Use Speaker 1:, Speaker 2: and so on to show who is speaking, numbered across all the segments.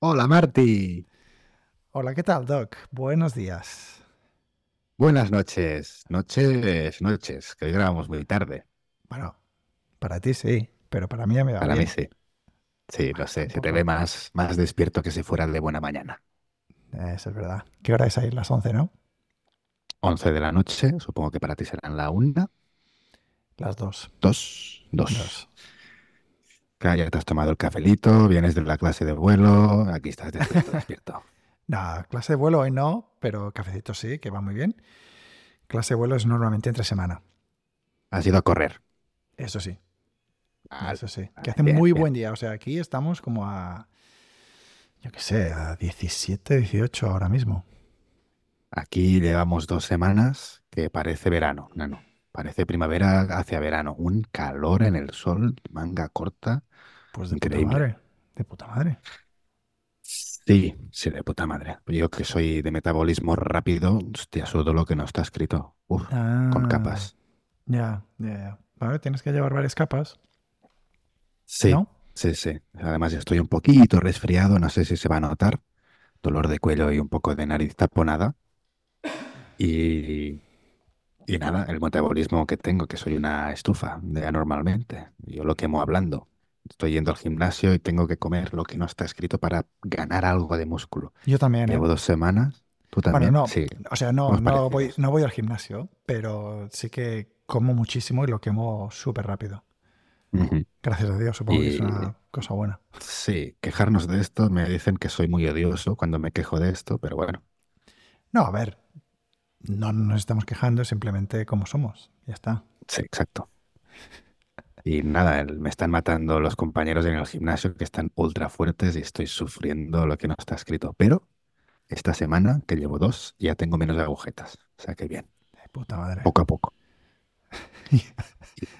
Speaker 1: Hola Marti,
Speaker 2: Hola, ¿qué tal, Doc? Buenos días.
Speaker 1: buenas noches, noches, noches, que hoy grabamos muy tarde.
Speaker 2: Bueno, para ti sí, pero para mí ya me va
Speaker 1: Para mí
Speaker 2: bien.
Speaker 1: sí. Sí, lo
Speaker 2: Bueno,
Speaker 1: sé, se te
Speaker 2: tampoco-
Speaker 1: ve más, más despierto que si fuera de buena mañana.
Speaker 2: Eso es verdad. ¿Qué hora es ahí? Las 11, ¿no?
Speaker 1: 11 de la noche, supongo que para ti serán la 1,
Speaker 2: Las 2.
Speaker 1: 2, 2.
Speaker 2: Dos.
Speaker 1: Claro, ya te has tomado el cafelito, vienes de la clase de vuelo, aquí estás despierto, despierto.
Speaker 2: Nada, clase de vuelo hoy no, pero cafecito sí, que va muy bien. Clase de vuelo es normalmente entre semana.
Speaker 1: Has ido a correr.
Speaker 2: Eso sí,
Speaker 1: Vale,
Speaker 2: eso Ah, sí. Que
Speaker 1: vale,
Speaker 2: hace
Speaker 1: bien,
Speaker 2: muy
Speaker 1: bien.
Speaker 2: buen día. O sea, aquí estamos como a, yo qué sé, a 17, 18 ahora mismo.
Speaker 1: Aquí llevamos dos semanas que parece verano, no, no, parece primavera hacia verano, un calor en el sol, manga corta,
Speaker 2: Pues de puta
Speaker 1: increíble.
Speaker 2: madre. De puta madre.
Speaker 1: Sí, sí, de puta madre. Yo que soy de metabolismo rápido, hostia, sudo lo que no está escrito. Uf, con
Speaker 2: Ah,
Speaker 1: capas.
Speaker 2: ya, ya, ya. Vale, tienes que llevar varias capas,
Speaker 1: Sí,
Speaker 2: ¿no?
Speaker 1: sí, sí. Además estoy un poquito resfriado, no sé si se va a notar. Dolor de cuello y un poco de nariz taponada. Y, y nada, el metabolismo que tengo, que soy una estufa, de anormalmente. Yo lo quemo hablando. Estoy yendo al gimnasio y tengo que comer lo que no está escrito para ganar algo de músculo.
Speaker 2: Yo también, ¿eh?
Speaker 1: Llevo dos semanas. ¿Tú
Speaker 2: Bueno,
Speaker 1: también?
Speaker 2: no,
Speaker 1: Sí,
Speaker 2: o sea, no,
Speaker 1: somos
Speaker 2: no voy,
Speaker 1: parecidos.
Speaker 2: no voy al gimnasio, pero sí que como muchísimo y lo quemo súper rápido.
Speaker 1: Ujú.
Speaker 2: Gracias a Dios, supongo que es
Speaker 1: Y
Speaker 2: una cosa buena.
Speaker 1: sí, quejarnos de esto, me dicen que soy muy odioso cuando me quejo de esto, pero bueno,
Speaker 2: No, a ver, no nos estamos quejando, es simplemente como somos. Ya está.
Speaker 1: sí, exacto. Y nada, el- me están matando los compañeros en el gimnasio que están ultra fuertes y estoy sufriendo lo que no está escrito. Pero esta semana, que llevo dos, ya tengo menos agujetas. O sea que bien,
Speaker 2: De puta madre.
Speaker 1: poco a poco. Y-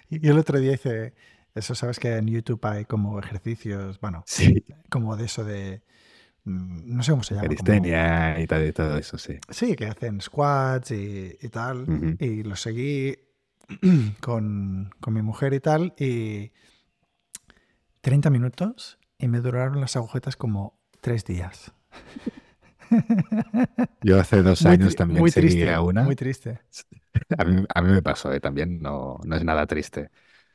Speaker 2: Y el otro día hice, eso sabes que en YouTube hay como ejercicios, bueno,
Speaker 1: Sí,
Speaker 2: como de eso de, mm, no sé cómo se llama, como...
Speaker 1: calistenia y tal y todo eso, sí.
Speaker 2: Sí, que hacen squats y, y tal.
Speaker 1: Ujú.
Speaker 2: Y lo seguí con, con mi mujer y tal. Y 30 minutos y me duraron las agujetas como tres días.
Speaker 1: Yo hace dos
Speaker 2: Muy,
Speaker 1: Pues años
Speaker 2: tri-
Speaker 1: también
Speaker 2: muy
Speaker 1: seguía
Speaker 2: triste, muy
Speaker 1: una.
Speaker 2: triste.
Speaker 1: A mí, a mí me pasó, ¿eh? También no, no es nada triste.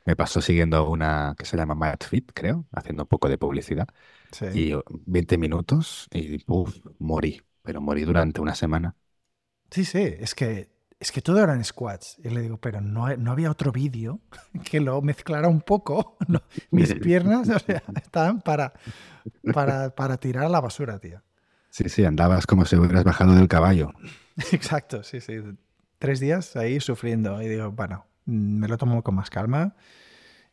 Speaker 1: Me pasó siguiendo una que se llama MadFit, creo, haciendo un poco de publicidad,
Speaker 2: Sí.
Speaker 1: y eh, 20 minutos y uf, morí, pero morí durante una semana.
Speaker 2: Sí, sí, es que, es que todo eran squats. Y le digo, pero no, hay- no había otro vídeo que lo mezclara un poco. No,
Speaker 1: Eh,
Speaker 2: mis piernas, o sea, estaban para, para, para tirar a la basura, tío.
Speaker 1: Sí, sí, andabas como si hubieras bajado del caballo.
Speaker 2: Exacto, sí, sí. Tres días ahí sufriendo y digo, bueno, mm, me lo tomo con más calma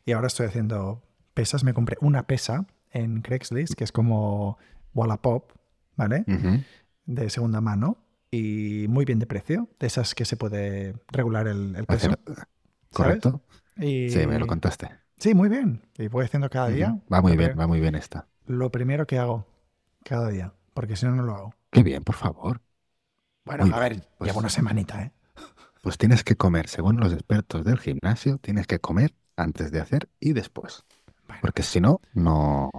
Speaker 2: y ahora estoy haciendo pesas. Me compré una pesa en Craigslist, que es como Wallapop, ¿vale?
Speaker 1: Ujú.
Speaker 2: De segunda mano y muy bien de precio, de esas que se puede regular el, el
Speaker 1: Hacer,
Speaker 2: peso, ¿sabes?
Speaker 1: ¿correcto? Sí, me lo
Speaker 2: Y
Speaker 1: contaste.
Speaker 2: sí, muy bien. Y voy haciendo cada
Speaker 1: Ujú.
Speaker 2: día
Speaker 1: Va muy
Speaker 2: lo,
Speaker 1: bien,
Speaker 2: pri-
Speaker 1: va muy bien esta.
Speaker 2: lo primero que hago cada día, porque si no, no lo hago.
Speaker 1: Qué bien, por favor.
Speaker 2: Bueno,
Speaker 1: Muy
Speaker 2: a
Speaker 1: bien.
Speaker 2: ver, llevo
Speaker 1: Pues,
Speaker 2: una semanita, ¿eh?
Speaker 1: pues tienes que comer, según los expertos del gimnasio, tienes que comer antes de hacer y después.
Speaker 2: Bueno,
Speaker 1: Porque si no, no,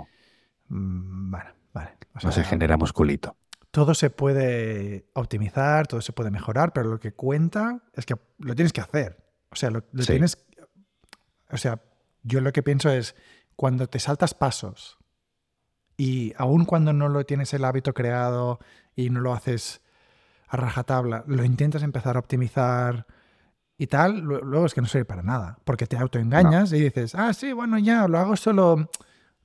Speaker 2: mm, bueno, vale. O
Speaker 1: no se
Speaker 2: sea,
Speaker 1: genera musculito.
Speaker 2: todo se puede optimizar, todo se puede mejorar, pero lo que cuenta es que lo tienes que hacer. O sea, lo, lo
Speaker 1: Sí.
Speaker 2: tienes. O sea, yo lo que pienso es cuando te saltas pasos y aun cuando no lo tienes el hábito creado y no lo haces a rajatabla, lo intentas empezar a optimizar y tal, lu- luego es que no sirve para nada, porque te
Speaker 1: No.
Speaker 2: autoengañas y dices, ah, sí, bueno, ya, lo hago solo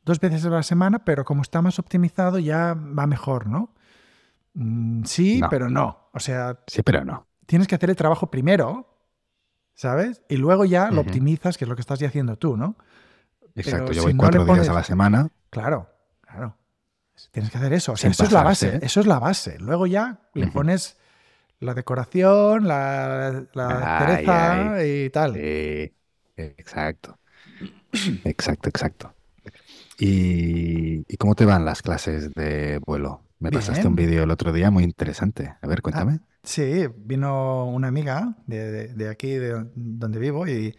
Speaker 2: dos veces a la semana, pero como está más optimizado ya va mejor, ¿no? Mm, sí,
Speaker 1: No,
Speaker 2: pero no. O sea,
Speaker 1: sí, pero no.
Speaker 2: tienes que hacer el trabajo primero, ¿sabes? Y luego ya lo
Speaker 1: Ujú.
Speaker 2: optimizas, que es lo que estás ya haciendo tú, ¿no? Pero
Speaker 1: Exacto, yo
Speaker 2: si
Speaker 1: voy
Speaker 2: no le
Speaker 1: cuatro días a
Speaker 2: pones...
Speaker 1: la semana
Speaker 2: Claro, claro. Tienes que hacer eso. O sea,
Speaker 1: sin
Speaker 2: eso es la
Speaker 1: pasarse,
Speaker 2: base.
Speaker 1: ¿eh?
Speaker 2: Eso es la base. Luego ya le
Speaker 1: Ujú.
Speaker 2: pones la decoración, la, la
Speaker 1: Ay, ay,
Speaker 2: cereza y tal.
Speaker 1: sí, exacto, exacto, exacto. ¿Y, ¿y cómo te van las clases de vuelo? Me pasaste un
Speaker 2: Bien.
Speaker 1: vídeo el otro día muy interesante. A ver,
Speaker 2: Ah,
Speaker 1: cuéntame.
Speaker 2: sí, vino una amiga de, de- de aquí, de donde vivo, y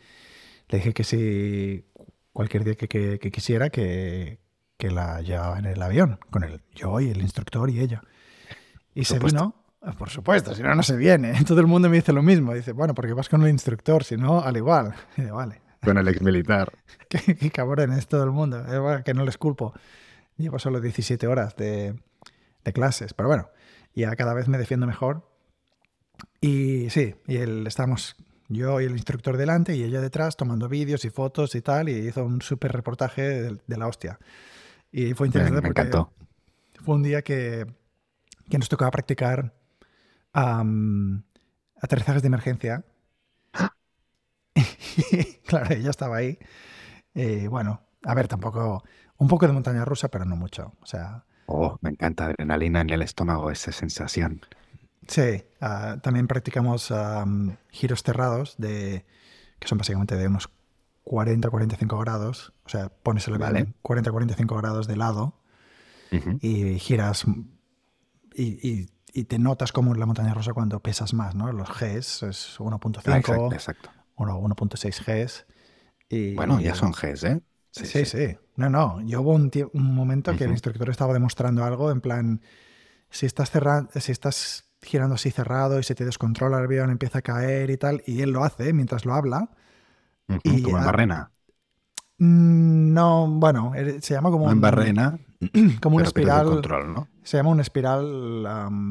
Speaker 2: le dije que si cualquier día que, que- que quisiera, que, que la llevaba en el avión, con el yo y el instructor y ella. Y se
Speaker 1: supuesto.
Speaker 2: vino, ah, por supuesto, si no, no se viene. Todo el mundo me dice lo mismo. Dice, bueno, porque vas con el instructor, si no, al igual. Y digo, vale,
Speaker 1: Con el ex militar.
Speaker 2: qué, qué cabrón es todo el mundo. Es verdad que no les culpo. Llevo solo 17 horas de, de clases, pero bueno, ya cada vez me defiendo mejor. Y sí, y el, estamos yo y el instructor delante y ella detrás tomando vídeos y fotos y tal, y hizo un súper reportaje de, de la hostia. Y fue
Speaker 1: Me,
Speaker 2: interesante
Speaker 1: me
Speaker 2: porque
Speaker 1: encantó.
Speaker 2: fue un día que, que nos tocaba practicar am, aterrizajes de emergencia. claro, ella estaba ahí. Eh, bueno, a ver, tampoco. Un poco de montaña rusa, pero no mucho. O sea,
Speaker 1: Oh, me encanta adrenalina en el estómago, esa sensación.
Speaker 2: sí, ah, también practicamos am, giros cerrados, de, que son básicamente de unos 40-45 grados. O sea, pones el avión
Speaker 1: Vale.
Speaker 2: en 40-45 grados de lado
Speaker 1: Ujú.
Speaker 2: y giras y, y- y te notas como en la montaña rusa cuando pesas más, ¿no? Los Gs es
Speaker 1: Ah, exacto,
Speaker 2: 1.5,
Speaker 1: exacto.
Speaker 2: uno- 1.6 Gs. Y,
Speaker 1: Bueno, ya son Gs, ¿eh?
Speaker 2: Sí sí, No, no. Yo hubo un, tie- un momento que el
Speaker 1: Ujú.
Speaker 2: instructor estaba demostrando algo en plan, si estás, cerra- si estás girando así cerrado y se te descontrola el avión, empieza a caer y tal, y él lo hace mientras lo habla.
Speaker 1: Ujú,
Speaker 2: Y
Speaker 1: Como
Speaker 2: ya-
Speaker 1: en Barrena.
Speaker 2: Mm, No, bueno, er- se llama como
Speaker 1: No en
Speaker 2: un,
Speaker 1: Barrena,
Speaker 2: como una
Speaker 1: pero pierdes el
Speaker 2: espiral
Speaker 1: control, ¿no?
Speaker 2: Se llama una espiral am,